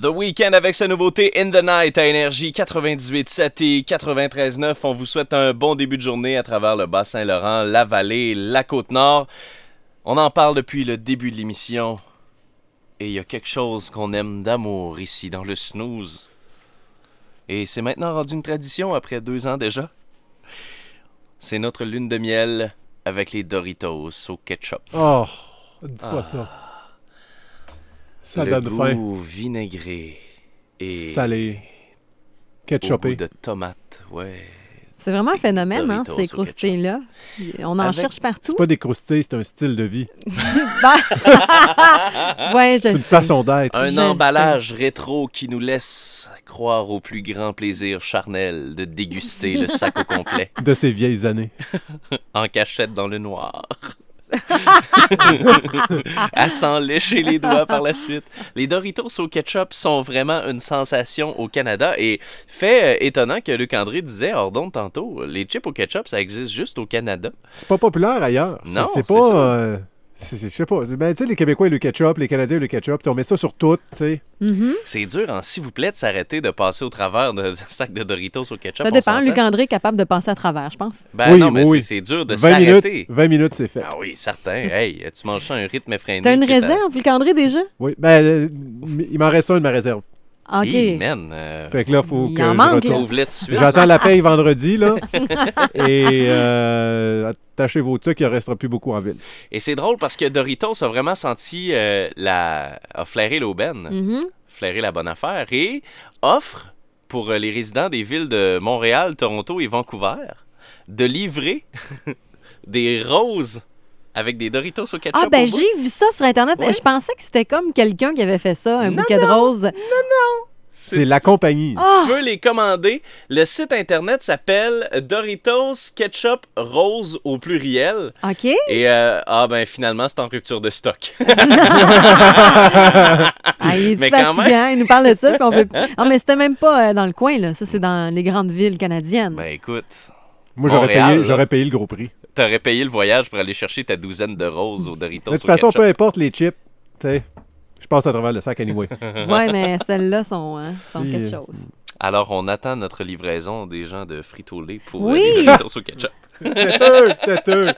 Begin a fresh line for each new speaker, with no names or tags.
The Weeknd avec sa nouveauté In the Night à Énergie 98.7 et 93.9. On vous souhaite un bon début de journée à travers le Bas-Saint-Laurent, la vallée, la côte nord. On en parle depuis le début de l'émission. Et il y a quelque chose qu'on aime d'amour ici dans le snooze. Et c'est maintenant rendu une tradition après deux ans déjà. C'est notre lune de miel avec les Doritos au ketchup.
Oh, dis pas ça. Ça
Ah. le
donne
goût
faim.
vinaigré et
Salé.
au goût
Ketchupé.
de tomate, ouais.
C'est vraiment un phénomène,
Doritos
hein, ces
au ketchup.
croustilles-là. On en
Avec-
cherche partout.
C'est pas des croustilles, c'est un style de vie.
Ben- ouais, je
C'est
le
une
sais.
façon d'être.
Un
Je le
emballage rétro qui nous laisse croire au plus grand plaisir charnel de déguster le sac au complet
De ces vieilles années.
en cachette dans le noir. à s'en lécher les doigts par la suite. Les Doritos au ketchup sont vraiment une sensation au Canada et fait euh, étonnant que Luc André disait hors d'onde tantôt, les chips au ketchup ça existe juste au Canada.
C'est pas populaire ailleurs. C'est-
Non,
c'est
c'est
pas.
ça.
euh, c'est- c'est- je sais pas. Ben, tu sais, les Québécois et le ketchup, les Canadiens et le ketchup, tu sais, on met ça sur tout, tu sais.
Mhm.
C'est dur en s'il vous plaît de s'arrêter de passer au travers de- d'un sac de Doritos au ketchup.
Ça
on
dépend.
s'entend?
Luc-André est capable de passer à travers, je pense.
Ben
Oui,
non, mais
oui.
c'est- c'est dur de
20
s'arrêter.
minutes, 20 minutes, c'est fait.
Ah oui, certain. Hey, tu manges ça à un rythme effréné.
T'as une
puis
réserve, Luc-André, déjà?
Oui. Ben, euh, il m'en reste un de ma réserve.
OK.
Hi, man. euh,
Fait que là, faut
Il
que
en
je
manque,
retourne.
là.
Trouve-le tout de suite.
J'attends la paye vendredi, là. et euh, attachez vos trucs, il ne restera plus beaucoup en ville.
Et c'est drôle parce que Doritos a vraiment senti euh, la. a flairé l'aubaine,
Mhm.
flairé la bonne affaire et offre pour euh, les résidents des villes de Montréal, Toronto et Vancouver de livrer des roses avec des Doritos au ketchup.
Ah, ben
au bout.
j'ai vu ça sur Internet.
Ouais.
Je pensais que c'était comme quelqu'un qui avait fait ça, un
Non,
bouquet de roses.
C'est la compagnie.
Ah!
Tu peux les commander. Le site internet s'appelle Doritos Ketchup Rose au pluriel.
OK.
Et euh, ah ben finalement c'est en rupture de stock.
Ah, il est
Mais quand
fatigant. Il nous parle de ça. puis on peut... Ah, mais c'était même pas euh, dans le coin, là. Ça, c'est dans les grandes villes canadiennes.
ben écoute,
Moi, j'aurais
Montréal, là.
payé, j'aurais payé le gros prix.
t'aurais payé le voyage pour aller chercher ta douzaine de roses au Doritos.
Mais de toute
au
façon, peu
ketchup.
importe les chips, tu sais, je passe à travers le sac anyway.
Ouais, mais celles-là sont, hein, sont
Si,
quelque
euh,
chose.
Alors on attend notre livraison des gens de Frito-Lay pour euh,
Oui.
des Doritos au ketchup.
têteux, têteux.